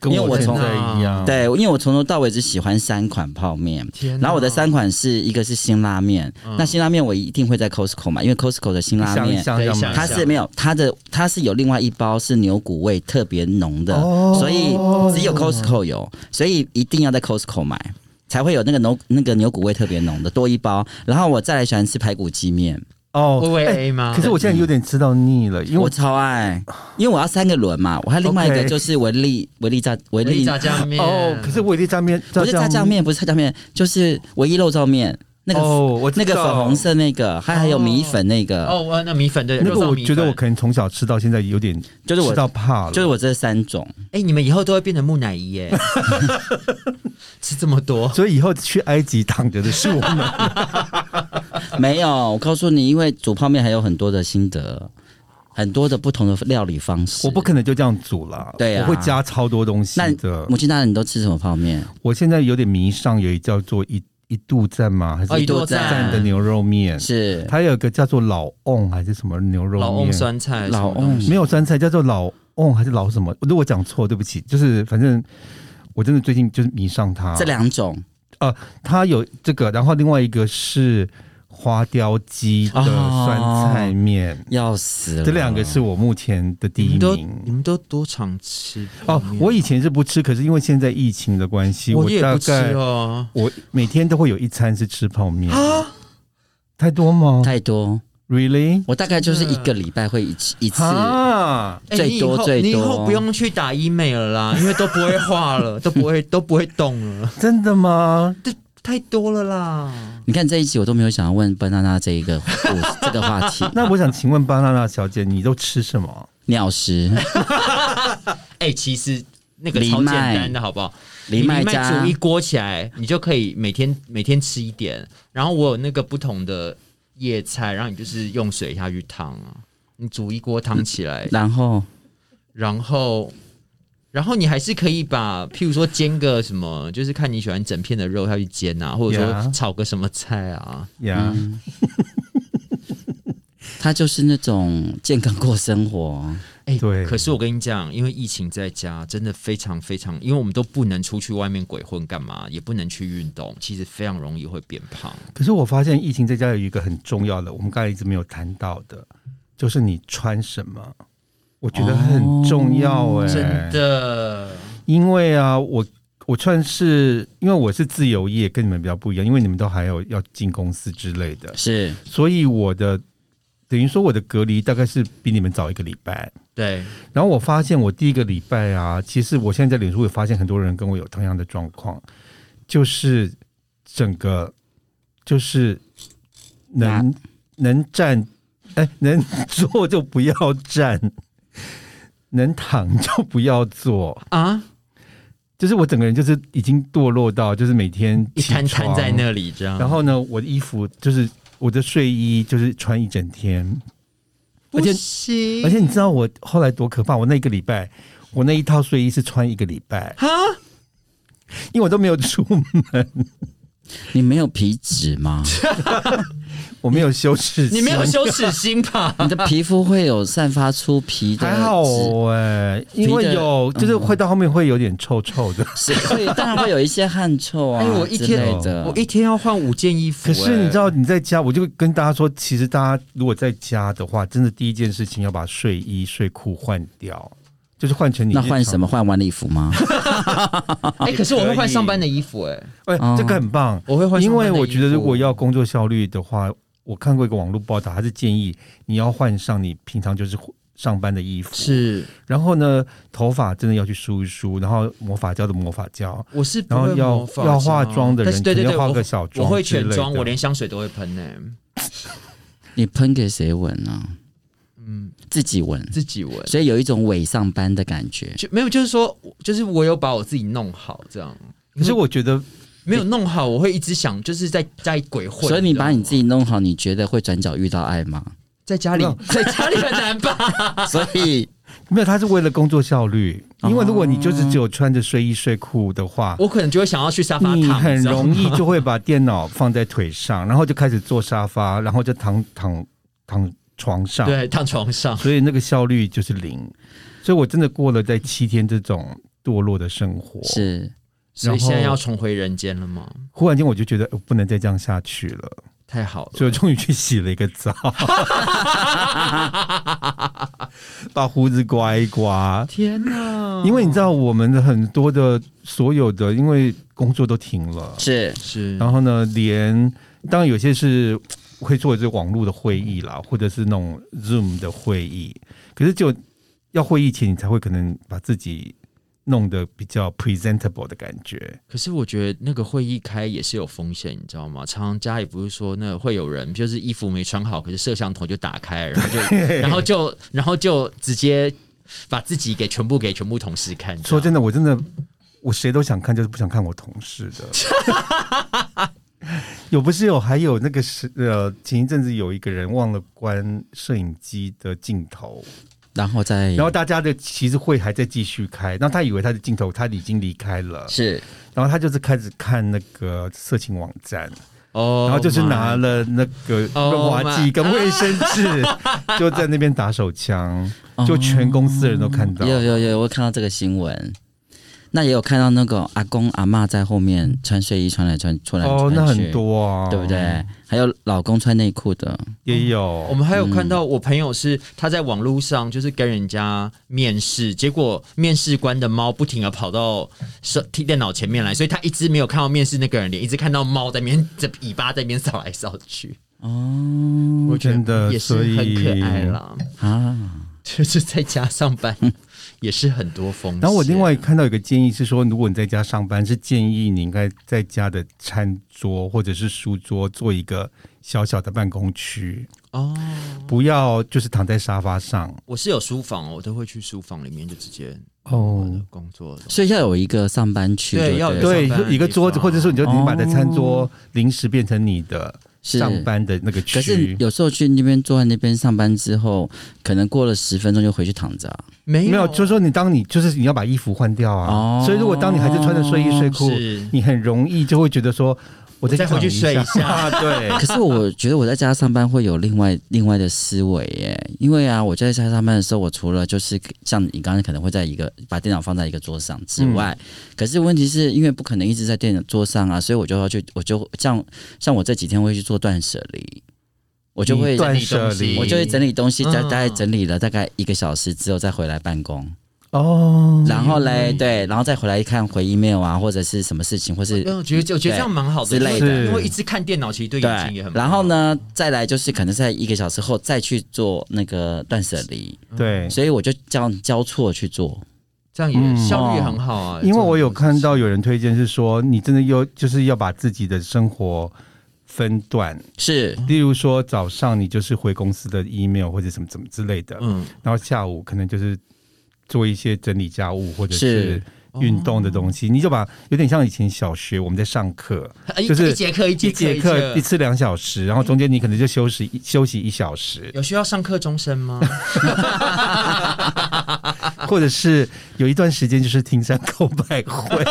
Speaker 1: 跟
Speaker 3: 因为我
Speaker 1: 现
Speaker 3: 从
Speaker 1: 在一样，
Speaker 3: 对，因为我从头到尾只喜欢三款泡面。
Speaker 2: 天哪，嗯
Speaker 3: 然后
Speaker 1: 哦
Speaker 3: 我的三款是一个是辛拉面，那辛拉面我一定会在 Costco 买，因为 Costco 的辛拉
Speaker 1: 想嗯一
Speaker 3: 面
Speaker 1: 想
Speaker 2: 对
Speaker 1: 要买
Speaker 2: 想一
Speaker 3: 它是没有，它的它是有另外一包是牛骨味特别浓的，
Speaker 1: 哦
Speaker 3: 所以只有 Costco 有，所以一定要在 Costco 买。才会有那个牛那个牛骨味特别浓的多一包，然后我再来喜欢吃排骨鸡面，
Speaker 1: 哦
Speaker 2: 会。
Speaker 1: 哎
Speaker 2: A 吗？
Speaker 1: 可是我现在有点吃到腻了，因为
Speaker 3: 我
Speaker 1: 我
Speaker 3: 超爱，因为我要三个轮嘛，我还有另外一个
Speaker 1: OK
Speaker 3: 就是维力维力炸维
Speaker 2: 维力
Speaker 3: 力
Speaker 2: 炸酱面
Speaker 1: 哦，可是我一定炸面，
Speaker 3: 不是炸酱面不是炸酱面，就是维力肉燥面那个、
Speaker 1: 哦，我知
Speaker 3: 那
Speaker 1: 道
Speaker 3: 个粉红。色那个，还还有米粉那个，
Speaker 2: 哦，我那米粉对，
Speaker 1: 嗯那
Speaker 2: 肉
Speaker 1: 个
Speaker 2: 燥
Speaker 1: 我
Speaker 2: 米
Speaker 1: 觉
Speaker 2: 粉
Speaker 1: 得我可能从小吃到现在有点
Speaker 3: 就是我
Speaker 1: 吃到怕了，
Speaker 3: 就是我这三种。
Speaker 2: 哎，你们以后都会变成木乃 伊耶，吃这么多，
Speaker 1: 所以以后去埃及躺着的是我 们。
Speaker 3: 没有，我告诉你，因为煮泡面还有很多的心得，很多的不同的料理方式。
Speaker 1: 我不可能就这样煮了，
Speaker 3: 对啊
Speaker 1: 我会加超多东西
Speaker 3: 那
Speaker 1: 的。
Speaker 3: 母亲大人，你都吃什么泡面？
Speaker 1: 我现在有点迷上，有一叫做一一度赞吗？还
Speaker 2: 哦
Speaker 1: 是
Speaker 2: 一度
Speaker 3: 赞
Speaker 1: 赞的牛肉面？
Speaker 3: 是
Speaker 1: 它有一个叫做老翁还是什么牛肉面？
Speaker 2: 老翁酸菜，
Speaker 3: 老
Speaker 2: 翁
Speaker 3: 翁
Speaker 1: 没有酸菜，叫做老翁还是老什么？如果讲错，对不起。就是反正我真的最近就是迷上它。
Speaker 3: 这两种，
Speaker 1: 它有这个，然后另外一个是花雕鸡的酸菜面，
Speaker 3: 要死了。
Speaker 1: 这两个是我目前的第
Speaker 2: 啊你
Speaker 1: 一
Speaker 2: 们都
Speaker 1: 名
Speaker 2: 你。们都多常吃
Speaker 1: 哦，我以前是不吃，可是因为现在疫情的关系，
Speaker 2: 我也
Speaker 1: 大
Speaker 2: 不吃
Speaker 1: 概
Speaker 2: 哦。
Speaker 1: 我每天都会有一餐是吃泡面
Speaker 2: 啊
Speaker 1: 太多吗
Speaker 3: 太多，
Speaker 1: ？Really？
Speaker 3: 我大概就是一个礼拜会一次一次。
Speaker 1: 啊，
Speaker 2: 哎
Speaker 3: 最
Speaker 2: 你以
Speaker 3: 多
Speaker 2: 后
Speaker 3: 最
Speaker 2: 你以后
Speaker 3: 多
Speaker 2: 不用去打医美了啦，因为都不会化了，都不会都不会动 了，
Speaker 1: 真的吗？
Speaker 2: 太多了啦。
Speaker 3: 你看这一集我都没有想要问班娜娜这一个故 这个话题，
Speaker 1: 那我想请问巴娜娜小姐，你都吃什么？
Speaker 3: 尿石、
Speaker 2: 哎、其实那个
Speaker 3: 藜
Speaker 2: 超简
Speaker 3: 麦
Speaker 2: 单的，好不好？
Speaker 3: 藜
Speaker 2: 麦
Speaker 3: 麦加
Speaker 2: 煮一锅起来，你就可以每天每天吃一点。然后我有那个不同的叶菜，然后你就是用水下去烫啊，你煮一锅汤起来，
Speaker 3: 然后
Speaker 2: 然后。然后你还是可以把，譬如说煎个什么，就是看你喜欢整片的肉下去煎啊，或者说
Speaker 1: Yeah
Speaker 2: 炒个什么菜啊。
Speaker 1: 呀、
Speaker 3: 他就是那种健康过生活，
Speaker 2: 哎、
Speaker 1: 对
Speaker 2: 可是我跟你讲，因为疫情在家，真的非常非常，因为我们都不能出去外面鬼混干嘛，也不能去运动，其实非常容易会变胖。
Speaker 1: 可是我发现疫情在家有一个很重要的，我们刚才一直没有谈到的，就是你穿什么，我觉得很重要哎、
Speaker 2: 哦真的，
Speaker 1: 因为啊，我我算是因为我是自由业，跟你们比较不一样，因为你们都还有要进公司之类的，
Speaker 3: 是
Speaker 1: 所以我的等于说我的隔离大概是比你们早一个礼拜。
Speaker 2: 对，
Speaker 1: 然后我发现我第一个礼拜啊，其实我现在在脸书也发现很多人跟我有同样的状况，就是整个就是能能站，哎，能坐就不要站， 能躺就不要坐。
Speaker 2: 啊，
Speaker 1: 就是我整个人就是已经堕落到，就是每天
Speaker 2: 一
Speaker 1: 起
Speaker 2: 摊摊
Speaker 1: 床
Speaker 2: 在那里这样。
Speaker 1: 然后呢，我的衣服就是我的睡衣就是穿一整天，而且
Speaker 2: 不行
Speaker 1: 而且你知道我后来多可怕？我那个礼拜，我那一套睡衣是穿一个礼拜，
Speaker 2: 哈，
Speaker 1: 因为我都没有出门，
Speaker 3: 你没有皮 脂吗？
Speaker 1: 我没有羞耻心，
Speaker 2: 你没有羞耻心吧？
Speaker 3: 你的皮肤会有散发出皮的
Speaker 1: 还好哦
Speaker 3: 脂，
Speaker 1: 哎、因为
Speaker 3: 嗯
Speaker 1: 有就是会到后面会有点臭臭的。
Speaker 3: 是会当然会有一些汗臭啊
Speaker 2: 哎我一
Speaker 3: 之
Speaker 2: 天
Speaker 3: 类的。
Speaker 2: 我一天要换五件衣服、
Speaker 1: 可是
Speaker 2: 哎
Speaker 1: 你知道你在家，我就跟大家说，其实大家如果在家的话，真的第一件事情要把睡衣、睡裤换掉，就是换成你
Speaker 3: 那换什
Speaker 1: 么？
Speaker 3: 么？换晚礼服吗？
Speaker 2: 哎、可是我
Speaker 1: 可
Speaker 2: 会
Speaker 1: 以
Speaker 2: 换上班的衣服、哎，
Speaker 1: 哎、这
Speaker 3: 哦
Speaker 1: 个很棒，
Speaker 2: 我会换上
Speaker 1: 因
Speaker 2: 班的
Speaker 1: 为
Speaker 2: 衣服
Speaker 1: 我觉得如果要工作效率的话，我看过一个网络报道，它是建议你要换上你平常就是上班的衣服，
Speaker 2: 是
Speaker 1: 然后呢，头发真的要去梳一梳，然后抹发胶的抹发胶，
Speaker 2: 我是不
Speaker 1: 然后
Speaker 2: 会
Speaker 1: 要
Speaker 2: 抹发
Speaker 1: 要
Speaker 2: 胶
Speaker 1: 化妆的
Speaker 2: 但
Speaker 1: 人
Speaker 2: 是对对
Speaker 1: 可能
Speaker 2: 对，
Speaker 1: 要化个
Speaker 2: 我
Speaker 1: 小妆
Speaker 2: 我会
Speaker 1: 之类
Speaker 2: 全妆，
Speaker 1: 的
Speaker 2: 我连香水都会喷呢、哎
Speaker 3: 你喷给谁闻啊？
Speaker 2: 嗯，
Speaker 3: 自己闻，
Speaker 2: 自己闻。
Speaker 3: 所以有一种伪上班的感觉。
Speaker 2: 就没有，就是说，就是我有把我自己弄好，这样
Speaker 1: 可是我觉得
Speaker 2: 没有弄好，我会一直想，就是在在鬼混。
Speaker 3: 所以你把你
Speaker 2: 知道吗
Speaker 3: 自己弄好，你觉得会转角遇到爱 吗？
Speaker 2: 在家里
Speaker 1: 没有，
Speaker 2: 在家里很难吧？
Speaker 3: 所以
Speaker 1: 没有，它是为了工作效率，因为如果你就是
Speaker 3: 哦
Speaker 1: 只有穿着睡衣睡裤的话，
Speaker 2: 我可能就会想要去哦沙发
Speaker 1: 你
Speaker 2: 躺，
Speaker 1: 很
Speaker 2: 知道吗
Speaker 1: 容易就会把电脑放在腿上，然后就开始坐沙发，然后就躺躺躺床上，
Speaker 2: 对躺床上。
Speaker 1: 所以那个效率就是零。所以我真的过了在七天这种堕落的生活，
Speaker 3: 是
Speaker 2: 所以
Speaker 1: 然后
Speaker 2: 现在要重回人间了吗？
Speaker 1: 忽然间我就觉得呃不能再这样下去了，
Speaker 2: 太好了，
Speaker 1: 所以我终于去洗了一个澡，把胡子刮一刮。
Speaker 2: 天哪！
Speaker 1: 因为你知道，我们的很多的所有的，因为工作都停了，
Speaker 3: 是，
Speaker 2: 是
Speaker 1: 然后呢，连当然有些是会做这网络的会议啦，或者是那种 Zoom 的会议，可是就要会议前，你才会可能把自己弄得比较 presentable 的感觉。
Speaker 2: 可是我觉得那个会议开也是有风险，你知道吗？常常家里不是说那会有人就是衣服没穿好，可是摄像头就打开，然 后就然后就然后就直接把自己给全部给全部同事看。
Speaker 1: 说真
Speaker 2: 的，
Speaker 1: 的，我真的我谁都想看，就是不想看我同事的。 有不是有，还有那个是呃，前一阵子有一个人忘了关摄影机的镜头，
Speaker 3: 然后再
Speaker 1: 然后大家的其实会还在继续开，然后他以为他的镜头他已经离开了，
Speaker 3: 是
Speaker 1: 然后他就是开始看那个色情网站，
Speaker 2: 哦
Speaker 1: 然后就是拿了那个
Speaker 2: Oh
Speaker 1: 润滑剂跟卫生 纸，就在那边
Speaker 2: Oh
Speaker 1: 打手枪，就全公司的人都看到。
Speaker 3: 有有有，我看到这个新闻，那也有看到那个阿公阿嬷在后面穿睡衣穿来穿穿来
Speaker 1: 哦
Speaker 3: 穿，去，
Speaker 1: 那很多啊，
Speaker 3: 对不？对？还有老公穿内裤的，
Speaker 1: 也
Speaker 2: 我
Speaker 1: 有，
Speaker 2: 们还有看到我朋友是他在网络上就是跟人家面试，结果面试官的猫不停的跑到手提电脑前面来，所以他一直没有看到面试那个人脸，一直看到猫在那边这尾巴在那边扫来扫去。哦，我觉
Speaker 1: 真
Speaker 2: 得
Speaker 1: 的
Speaker 2: 也是很可爱啦，
Speaker 3: 啊，
Speaker 2: 就是在家上 班也是很多风险。
Speaker 1: 然后我另外看到一个建议是说，如果你在家上班，是建议你应该在家的餐桌或者是书桌做一个小小的办公区，
Speaker 2: 哦，
Speaker 1: 不要就是躺在沙发上。
Speaker 2: 我是有书房哦，我都会去书房里面就直接我
Speaker 1: 哦
Speaker 2: 的，工作的东西。
Speaker 3: 所以要有一个上班区就
Speaker 2: 对
Speaker 3: 对了，
Speaker 2: 要有
Speaker 1: 对
Speaker 2: 上班的，地
Speaker 1: 一个桌子，
Speaker 2: 方
Speaker 1: 或者说你就你把你的餐桌临时变成你的
Speaker 3: 是
Speaker 1: 上班的那个
Speaker 3: 可是
Speaker 1: 区。
Speaker 3: 有时候去那边坐在那边上班之后，可能过了十分钟就回去躺着啊、
Speaker 2: 没
Speaker 1: 没有，就是说你当你就是你要把衣服换掉啊，
Speaker 3: 哦
Speaker 1: 所以如果当你还是穿着睡衣睡裤，
Speaker 2: 哦是
Speaker 1: 你很容易就会觉得说，我
Speaker 2: 再回去睡一
Speaker 1: 一
Speaker 2: 下
Speaker 1: 啊对，
Speaker 3: 可是我觉得我在家上班会有另外另外的思维耶，因为啊，我在家上班的时候，我除了就是像你刚才可能会在一个把电脑放在一个桌上之外，可是问题是因为不可能一直在电脑桌上啊，所以我就要去，我就像像我这几天会去做断舍离， 我就会
Speaker 1: 你断舍
Speaker 2: 整理东
Speaker 1: 离，
Speaker 2: 西
Speaker 3: 我就会整理东西，大
Speaker 2: 嗯
Speaker 3: 大概整理了大概一个小时之后再回来办公，
Speaker 1: 哦，
Speaker 3: 然后嘞，对，然后再回来看回 email 啊，或者是什么事情，或是
Speaker 2: 嗯，我觉得我觉得这样蛮好的
Speaker 3: 之类
Speaker 2: 因为
Speaker 1: 的
Speaker 2: 因为一直看电脑其实对眼睛也
Speaker 3: 对
Speaker 2: 很。不好。
Speaker 3: 然后呢，再来就是可能在一个小时后再去做那个断舍离，
Speaker 1: 对，
Speaker 3: 所以我就这样交错去做。
Speaker 2: 这样也
Speaker 1: 嗯
Speaker 2: 效率很好啊。
Speaker 1: 因为我有
Speaker 2: 这种
Speaker 1: 看到有人推荐是说，你真的要就是要把自己的生活分段，
Speaker 3: 是
Speaker 1: 例如说早上你就是回公司的 email 或者什么怎么之类的，
Speaker 2: 嗯，
Speaker 1: 然后下午可能就是做一些整理家务或者
Speaker 3: 是
Speaker 1: 是运动的东西，你就把有点像以前小学我们在上课，
Speaker 2: 一
Speaker 1: 就是
Speaker 2: 一节课一节
Speaker 1: 一
Speaker 2: 课
Speaker 1: 节课一次两小时，然后中间你可能就休息一休息一小 时，
Speaker 2: 有需要上课终身吗？
Speaker 1: 或者是有一段时间就是听山口百惠，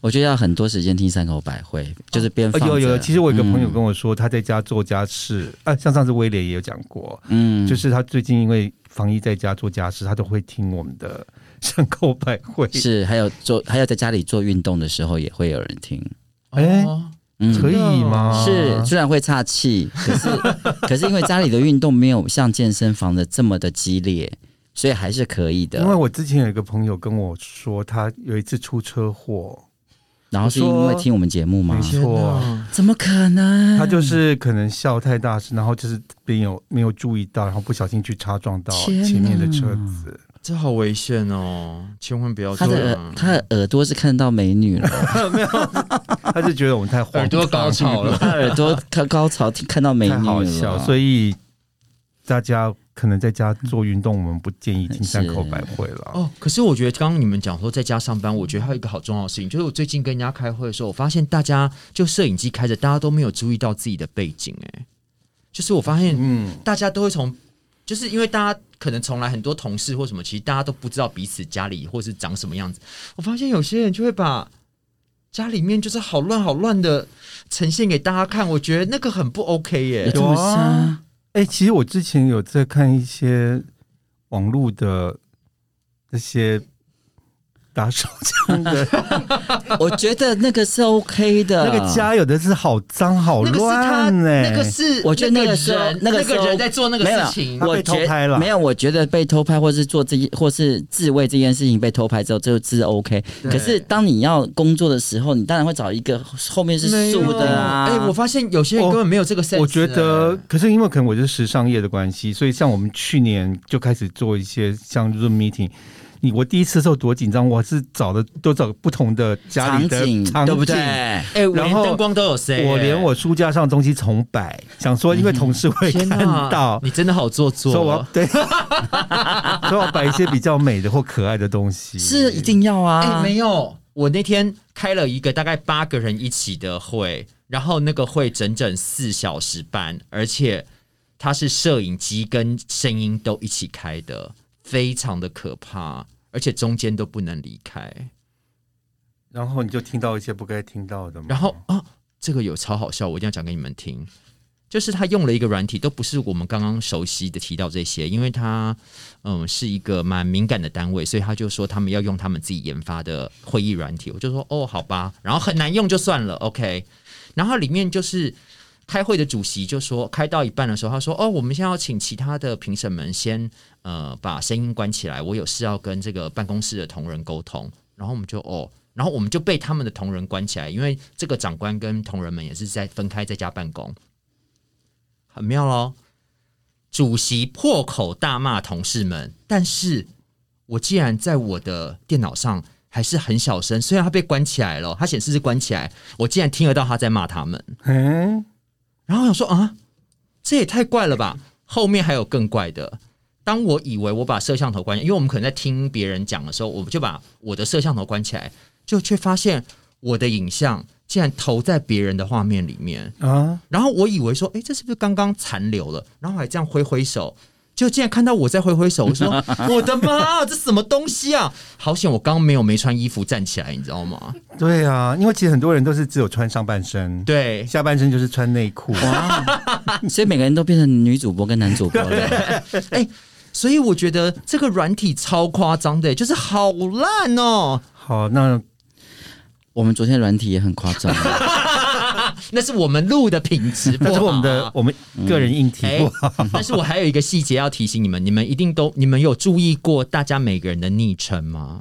Speaker 3: 我觉得要很多时间听山口百惠，就是边
Speaker 1: 呃
Speaker 3: 放着、
Speaker 1: 有有有，其实我有一个朋友
Speaker 3: 我
Speaker 1: 跟我说，他在家做家事，啊，像上次威廉也有讲过，
Speaker 3: 嗯，嗯
Speaker 1: 就是他最近因为防疫在家做家事，他都会听我们的山口百惠，
Speaker 3: 是还有做还有在家里做运动的时候也会有人听，
Speaker 1: 哎
Speaker 2: 哦
Speaker 3: 嗯，
Speaker 1: 可以吗？
Speaker 3: 是，虽然会岔气，可是可是因为家里的运动没有像健身房的这么的激烈，所以还是可以
Speaker 1: 因为
Speaker 3: 的。
Speaker 1: 我之前有一个朋友跟我说，他有一次出车祸，
Speaker 3: 然后是因为听我们节目吗
Speaker 1: 没？错，
Speaker 2: 天哪
Speaker 3: 怎么可
Speaker 2: 嗯
Speaker 3: 能？
Speaker 1: 他就是可能笑太大声，然后就是没有没有注意到，然后不小心去擦撞到
Speaker 3: 天哪
Speaker 1: 前面的车子。
Speaker 2: 这好危险哦，千万不要
Speaker 3: 他
Speaker 2: 这
Speaker 3: 的
Speaker 2: 样
Speaker 3: 耳。他的耳朵是看到美女 了，
Speaker 1: 他就觉得我们太荒唐
Speaker 2: 耳朵高潮了，
Speaker 3: 他耳朵看高潮听看到美女
Speaker 1: 太好
Speaker 3: 了，
Speaker 1: 笑，所以大家可能在家做运动，我们不建议进山口百惠了。
Speaker 2: 哦，可是我觉得刚刚你们讲说在家上班，我觉得还有一个好重要的事情，就是我最近跟人家开会的时候，我发现大家就摄影机开着，大家都没有注意到自己的背景、哎，就是我发现
Speaker 1: 嗯，
Speaker 2: 大家都会从，就是因为大家可能从来很多同事或什么，其实大家都不知道彼此家里或是长什么样子。我发现有些人就会把家里面就是好乱好乱的呈现给大家看，我觉得那个很不 OK 耶、
Speaker 3: 有这么瞎？
Speaker 1: 哎、其实我之前有在看一些网络的那些打手 枪的，
Speaker 3: 我觉得那个是 OK 的，
Speaker 1: 啊那个。家有的是好脏好
Speaker 2: 啊那个是他，
Speaker 1: 乱哎、
Speaker 2: 那个是，
Speaker 3: 我觉得
Speaker 2: 那
Speaker 3: 那个时候
Speaker 2: 人，
Speaker 3: 那
Speaker 2: 那
Speaker 3: 个时候
Speaker 2: 人在做那个
Speaker 3: 没有
Speaker 2: 事情，
Speaker 1: 他
Speaker 3: 我
Speaker 1: 被偷
Speaker 3: 觉
Speaker 1: 拍了
Speaker 3: 没有，我觉得被偷拍或是做这或是自慰这件事情被偷拍之后，这就是 OK。
Speaker 2: 对
Speaker 3: 可是当你要工作的时候，你当然会找一个后面是
Speaker 2: 没
Speaker 3: 竖
Speaker 2: 有
Speaker 3: 的啊。
Speaker 2: 哎、我发现有些人
Speaker 1: 我
Speaker 2: 根本没有这个 sense
Speaker 1: 我觉得
Speaker 2: 哎，
Speaker 1: 可是因为可能我是时尚业的关系，所以像我们去年就开始做一些像 Zoom meeting。你我第一次的时候多紧张，我是找的都找不同的家里
Speaker 3: 场
Speaker 1: 的
Speaker 3: 景对不对？
Speaker 2: 哎、我连
Speaker 1: 然后
Speaker 2: 灯光都有 C，
Speaker 1: 我连我书架上的东西重摆，想说因为同事会
Speaker 2: 天
Speaker 1: 看
Speaker 2: 哪
Speaker 1: 到，
Speaker 2: 你真的好做作、
Speaker 1: 所以我要
Speaker 2: 哦。
Speaker 1: 对， 所以我摆一些比较美的或可爱的东西。
Speaker 3: 是一定要
Speaker 2: 哎、
Speaker 3: 啊。
Speaker 2: 没有，我那天开了一个大概八个人一起的会，然后那个会整整四小时半，而且它是摄影机跟声音都一起开的，非常的可怕，而且中间都不能离开。
Speaker 1: 然后你就听到一些不该听到的嘛。
Speaker 2: 然后啊，这个有超好笑，我一定要讲给你们听。就是他用了一个软体，都不是我们刚刚熟悉的提到这些，因为他嗯是一个蛮敏感的单位，所以他就说他们要用他们自己研发的会议软体，我就说哦好吧，然后很难用就算了，OK，然后里面就是。开会的主席就说，开到一半的时候，他说：“哦，我们现在要请其他的评审们先呃把声音关起来，我有事要跟这个办公室的同仁沟通。”然后我们就哦，然后我们就被他们的同仁关起来，因为这个长官跟同仁们也是在分开在家办公，很妙咯。主席破口大骂同事们，但是我竟然在我的电脑上还是很小声，虽然他被关起来了，他显示是关起来，我竟然听得到他在骂他们。
Speaker 1: 嗯，
Speaker 2: 然后我想说啊，这也太怪了吧！后面还有更怪的。当我以为我把摄像头关，因为我们可能在听别人讲的时候，我们就把我的摄像头关起来，就却发现我的影像竟然投在别人的画面里面。
Speaker 1: 啊，
Speaker 2: 然后我以为说，哎，这是不是刚刚残留了？然后还这样挥挥手，就竟然看到我在挥挥手，我说我的妈，这什么东西啊！好险，我刚刚没有没穿衣服站起来，你知道吗？
Speaker 1: 对啊，因为其实很多人都是只有穿上半身，，
Speaker 2: 对，
Speaker 1: 下半身就是穿内裤。
Speaker 3: 所以每个人都变成女主播跟男主 播了。
Speaker 2: 所以我觉得这个软体超夸张的，欸就是好烂哦。
Speaker 1: 好，那
Speaker 3: 我们昨天软体也很 夸张，
Speaker 2: 那是我们录的品质，
Speaker 1: 那是我们的。我们个人硬题
Speaker 2: 啊哎
Speaker 1: 不好，
Speaker 2: 但是我还有一个细节要提醒你们，你们一定都，你们有注意过大家每个人的昵称吗？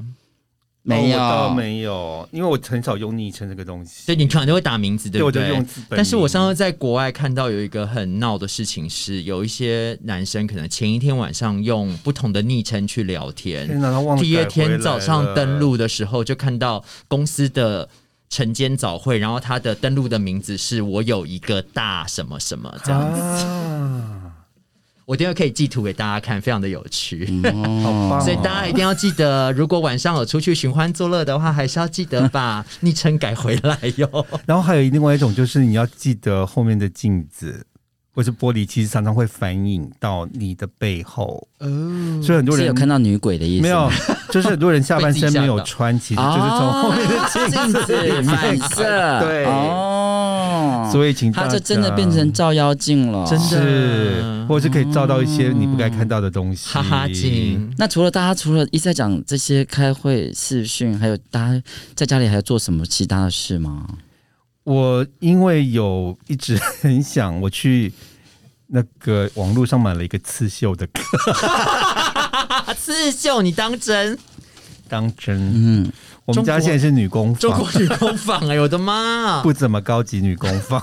Speaker 3: 没有
Speaker 1: 哦我倒没有，因为我很少用昵称这个东西，
Speaker 2: 所以你可能都会打名字，对
Speaker 1: 我
Speaker 2: 不
Speaker 1: 就
Speaker 2: 对？
Speaker 1: 用字本名。
Speaker 2: 但是我上次在国外看到有一个很闹的事情是，有一些男生可能前一天晚上用不同的昵称去聊
Speaker 1: 天
Speaker 2: 天，
Speaker 1: 哪，他忘了
Speaker 2: 第二
Speaker 1: 改回
Speaker 2: 天
Speaker 1: 来
Speaker 2: 早上
Speaker 1: 了
Speaker 2: 登录的时候就看到公司的晨间早会，然后他的登录的名字是我有一个大什么什么这样子，嗯
Speaker 1: 啊，
Speaker 2: 我等一下可以寄图给大家看，非常的有趣。
Speaker 1: 好棒哦！
Speaker 2: 所以大家一定要记得，如果晚上有出去寻欢作乐的话，还是要记得把 昵称改回来哟。
Speaker 1: 然后还有另外一种就是你要记得后面的镜子或是玻璃，其实常常会反映到你的背后，
Speaker 2: 哦，
Speaker 1: 所以很多
Speaker 3: 是有
Speaker 1: 人
Speaker 3: 看到女鬼的意思
Speaker 1: 没有
Speaker 3: 吗？，
Speaker 1: 就是很多人下半身没有穿，其实就是从
Speaker 2: 哦
Speaker 1: 后面的镜 子。
Speaker 3: 镜 子反射，
Speaker 1: 对
Speaker 3: 哦，
Speaker 1: 所以请大
Speaker 3: 它
Speaker 1: 家
Speaker 3: 就真的变成照妖镜了。
Speaker 2: 真的
Speaker 1: 是，或者是可以照到一些你不该看到的东西。
Speaker 2: 哈哈镜，
Speaker 3: 那除了大家除了一直在讲这些开会、视讯，还有大家在家里还有做什么其他的 事吗？
Speaker 1: 我因为有一直很想我去。那个网络上买了一个刺绣的
Speaker 2: 啊，刺绣你当真？
Speaker 1: 当真，
Speaker 3: 嗯，
Speaker 1: 我们家现在是女工
Speaker 2: 中
Speaker 1: 坊
Speaker 2: 国，女工坊哎、我的妈！
Speaker 1: 不怎么高级女工 坊，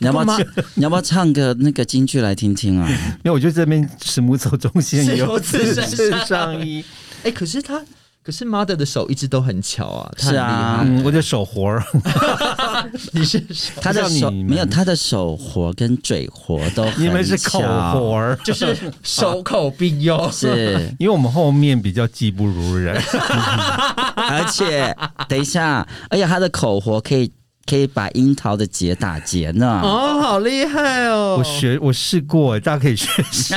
Speaker 3: 你要不要
Speaker 2: 干嘛
Speaker 3: 唱？你要不要唱个那个京剧来听听啊？
Speaker 1: 因为我觉得这边石母走中线
Speaker 2: 是
Speaker 1: 有
Speaker 2: 有刺身
Speaker 1: 身上衣，
Speaker 2: 哎、可是她，可是 mother 的手一直都很巧啊，她很
Speaker 3: 是啊
Speaker 2: 厉
Speaker 1: 嗯，我的手活儿，
Speaker 2: 害， 你是
Speaker 3: 他的
Speaker 1: 不知道
Speaker 3: 手
Speaker 1: 你们
Speaker 3: 没有，他的手活跟嘴活都很
Speaker 1: 你们是口
Speaker 3: 巧
Speaker 1: 活儿，
Speaker 2: 就是手口并用，
Speaker 3: 是，
Speaker 1: 因为我们后面比较技不如人，
Speaker 3: 而且等一下，而且他的口活可以可以把樱桃的结打结 呢。
Speaker 2: 哦，好厉害哦！
Speaker 1: 我学我试过，大家可以学试，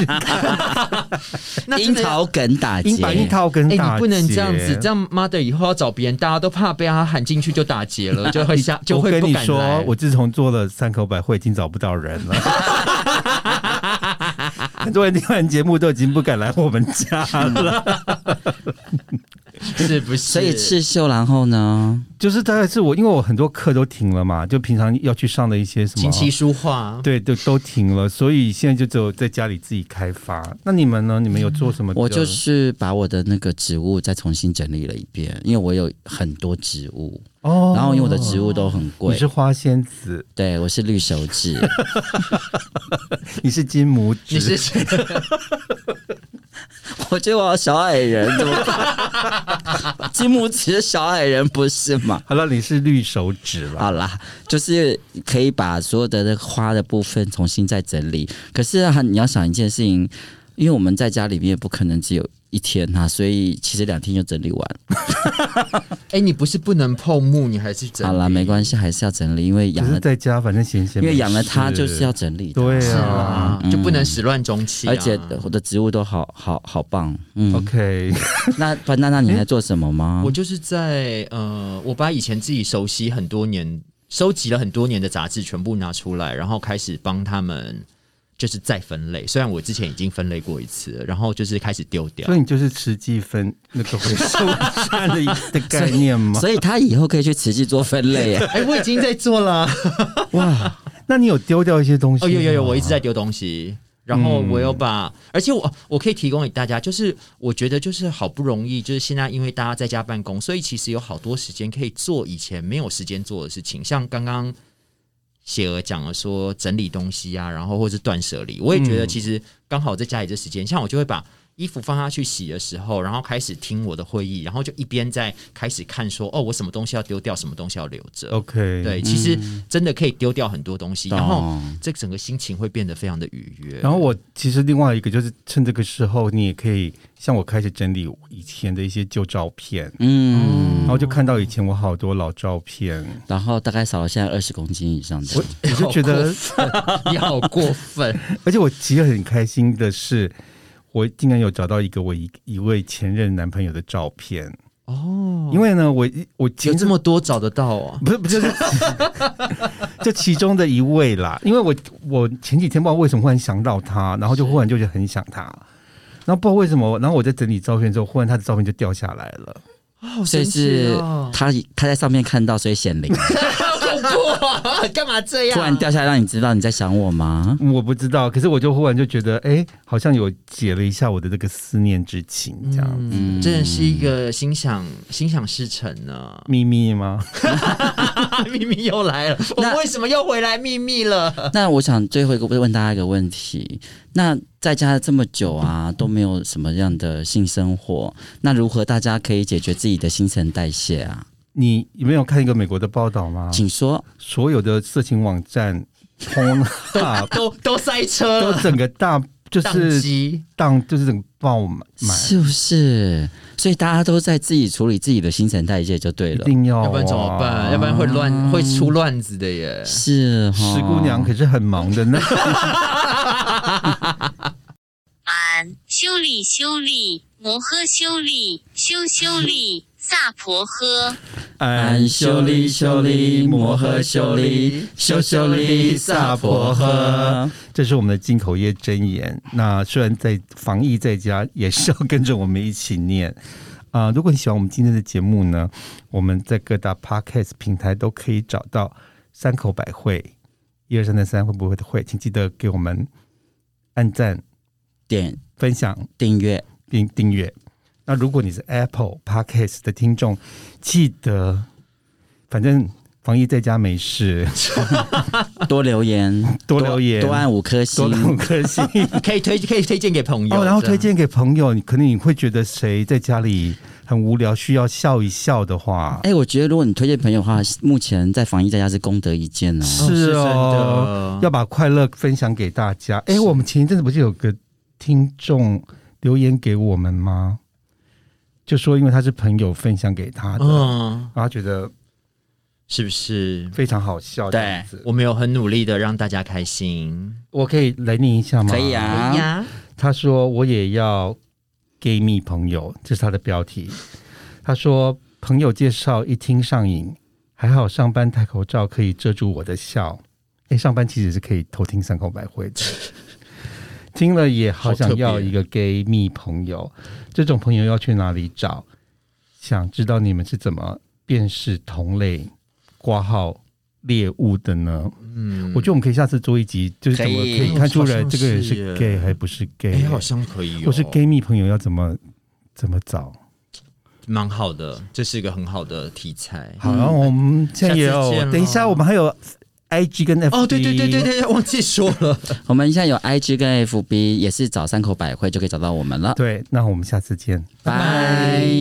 Speaker 2: 那真
Speaker 3: 樱
Speaker 2: 的要
Speaker 3: 桃梗打结
Speaker 1: 樱，把樱桃跟
Speaker 2: 哎、
Speaker 1: 大
Speaker 2: 你不能
Speaker 1: 姐
Speaker 2: 这样子，这。样妈的，以后要找别人，大家都怕被他喊进去就打 劫了，就会下就
Speaker 1: 我
Speaker 2: 会
Speaker 1: 跟
Speaker 2: 不
Speaker 1: 你
Speaker 2: 敢来
Speaker 1: 说，。我自从做了三口百惠，已经找不到人了。 很多人听完节目都已经不敢来我们家了。
Speaker 2: 是不是？
Speaker 3: 所以刺绣，然后呢？
Speaker 1: 就是大概是我，因为我很多课都停了嘛，就平常要去上的一些什么
Speaker 2: 琴棋书画。
Speaker 1: 对，都都停了，所以现在就只有在家里自己开发。那你们呢？你们有做什么？
Speaker 3: 我就是把我的那个植物再重新整理了一遍，因为我有很多植物，
Speaker 1: 哦，
Speaker 3: 然后因为我的植物都很
Speaker 1: 你
Speaker 3: 贵
Speaker 1: 是，花仙子，
Speaker 3: 对我是绿手指，
Speaker 1: 你是金拇指，
Speaker 2: 你是
Speaker 3: 我觉得我小矮人，怎么办？ 金木只是小矮人不是吗？
Speaker 1: 好了，你是绿手指了。
Speaker 3: 好啦，就是可以把所有的那个花的部分重新再整理。可是啊，你要想一件事情，因为我们在家里面也不可能只有一天哈、所以其实两天就整理完。
Speaker 2: 哎、你不是不能碰木，你还是整
Speaker 3: 好啦，没关系，还是要整理，因为
Speaker 1: 只
Speaker 3: 养
Speaker 1: 是
Speaker 3: 了，
Speaker 1: 在家，反正闲闲
Speaker 3: 因
Speaker 1: 没事，
Speaker 3: 为养了它就是要整理的。
Speaker 1: 对
Speaker 2: 系
Speaker 1: 啊。
Speaker 2: 啊，就不能始乱终弃、啊。
Speaker 3: 而且我的植物都好好好棒， 嗯
Speaker 1: OK，
Speaker 3: 那那
Speaker 2: 嗯
Speaker 3: 那你还做什么吗
Speaker 2: 我？就是在呃，我把以前自己熟悉很多年收集了很多年的杂志，全部拿出来，然后开始帮他们就是再分类。虽然我之前已经分类过一次了，然后就是开始丢掉。
Speaker 1: 所。以你就是吃鸡分那个回收站的的概念吗？
Speaker 3: 所以他以后可以去慈济做分类耶
Speaker 2: 哎、我已经在做了。
Speaker 1: 哇，那你有丢掉一些东西？啊嗯
Speaker 2: 哦，有有有，我一直。在丢东西。然后我有把，而且我我可以提供给大家，就是我觉得就是好不容易，就是现在因为大家在家办公，所以其实有好多时间可以做以前没有时间做的事情，像刚刚雪儿讲了说整理东西啊，然后或是断舍离，我也觉得其
Speaker 1: 嗯
Speaker 2: 实刚好在家里这时间，像我就会把衣服放下去洗的时候，然后开始听我的会议，然后就一边在开始看说哦，我什么东西要丢掉，什么东西要留着。
Speaker 1: OK，
Speaker 2: 对，，其实真的可以丢掉很多东西，然后
Speaker 3: 懂
Speaker 2: 这整个心情会变得非常的愉悦。
Speaker 1: 然后我其实另外一个就是趁这个时候，你也可以像我开始整理以前的一些旧照片，
Speaker 3: 嗯，
Speaker 2: 哦
Speaker 1: 然后就看到以前我好多老照 片，
Speaker 3: 然后大概少了现在二十公斤以上的。
Speaker 1: 我我就觉得，
Speaker 2: 你好过分，
Speaker 1: 而且我其实很开心的是，我竟然有找到一个我一一位前任男朋友的照片哦，因为呢，我一我
Speaker 2: 有
Speaker 1: 前
Speaker 2: 这么多找得到啊？
Speaker 1: 不是不就是 这其中的一位啦，因为我我前几天不知道为什么忽然想到他，然后就忽然就是很想他，然后不知道为什么，然后我在整理照片的时候，忽然他的照片就掉下来了，
Speaker 2: 好
Speaker 3: 所以
Speaker 2: 神奇
Speaker 3: 是
Speaker 2: 哦！
Speaker 3: 他他在上面看到，所以显灵，
Speaker 2: 哇， 干嘛这样？
Speaker 3: 突然掉下来，让你知道你在想我吗？
Speaker 1: 我不知道，可是我就忽然就觉得，哎，好像有解了一下我的这个思念之情，这样。。
Speaker 2: 嗯，真的是一个心想心想事成呢
Speaker 1: 秘密吗？
Speaker 2: 秘密又来了，我们为什么又回来秘密了？
Speaker 3: 那我想最后一个问大家一个问题：那在家这么久啊，都没有什么样的性生活，那如何大家可以解决自己的新陈代谢啊？
Speaker 1: 你有没有看一个美国的报道吗？
Speaker 2: 嗯
Speaker 3: 请说。
Speaker 1: 所有的色情网站通 啊，
Speaker 2: 都都塞车
Speaker 1: 都
Speaker 2: 了，
Speaker 1: 整个大就
Speaker 2: 宕
Speaker 1: 是
Speaker 2: 机。
Speaker 1: 当就是整个爆满，
Speaker 3: 是不是？所以大家都在自己处理自己的新陈代谢就对
Speaker 1: 一
Speaker 3: 了。
Speaker 1: 定要、啊，
Speaker 2: 要不然怎么办？要不然会乱，会出乱子的耶。
Speaker 3: 是哈，
Speaker 1: 石姑娘可是很忙的 呢。
Speaker 4: 俺修理修理摩诃修理修修理萨婆诃。
Speaker 1: 哎
Speaker 3: 安修利修利摩诃修利修修利萨婆诃。
Speaker 1: 这是我们的进口业真言。那虽然在防疫在家，也是要跟着我们一起念。 啊、如果你喜欢我们今天的节目呢，我们在各大 podcast 平台都可以找到三口百惠，一二三的三会不会的会，请记得给我们按赞、
Speaker 3: 点
Speaker 1: 分享
Speaker 3: 订阅
Speaker 1: 并订阅。那如果你是 Apple Podcast 的听众，记得，反正防疫在家没事，
Speaker 3: 多留言
Speaker 1: 多留言
Speaker 3: 多按五颗星
Speaker 1: 多。留颗心。
Speaker 2: 可以推可以推荐给朋友，
Speaker 1: 哦，然后
Speaker 2: 这
Speaker 1: 推
Speaker 2: 样
Speaker 1: 荐给朋友，你可能你会觉得谁在家里很无聊，需要笑一笑的话，
Speaker 3: 哎、我觉得如果你推荐朋友的话，目前在防疫在家是功德一件哦。
Speaker 1: 是哦，
Speaker 2: 要
Speaker 1: 要把快乐分享给大家。哎、我们前一阵子不是有个听众留言给我们吗？就说因为他是朋友分享给他的，
Speaker 2: 嗯，
Speaker 1: 然后他觉得
Speaker 2: 是不是？
Speaker 1: 非常好笑，这
Speaker 3: 对
Speaker 1: 样子。
Speaker 2: 我们有很努力的让大家开心，
Speaker 1: 我可以来念一下吗？
Speaker 3: 可以啊，
Speaker 1: 他说我也要 gay 蜜朋友，这是他的标题。他说朋友介绍一听上瘾，还好上班戴口罩可以遮住我的笑。哎，上班其实是可以偷听三口百惠的。听了也好想要一个 gay 蜜朋友，这种朋友要去哪里找？想知道你们是怎么辨识同类挂号猎物的呢？
Speaker 2: 嗯，
Speaker 1: 我觉得我们可以下次做一集，就是怎么可
Speaker 3: 可以
Speaker 1: 以看出来这个人是
Speaker 2: 好像是耶
Speaker 1: gay 还不是 gay，、
Speaker 2: 哎，好像可以、哦，
Speaker 1: 或是 gay 蜜朋友要怎么怎么找？
Speaker 2: 蛮好的，这是一个很好的题材。
Speaker 1: 好，然后我们现在也
Speaker 2: 嗯下
Speaker 1: 有
Speaker 2: 次见，咯
Speaker 1: 等一下我们还有 I G 跟 F
Speaker 2: 哦，对对对对，对，忘记说了，
Speaker 3: 我们现在有 IG 跟 FB，也是找三口百惠就可以找到我们了。
Speaker 1: 对，那我们下次见。
Speaker 3: 拜。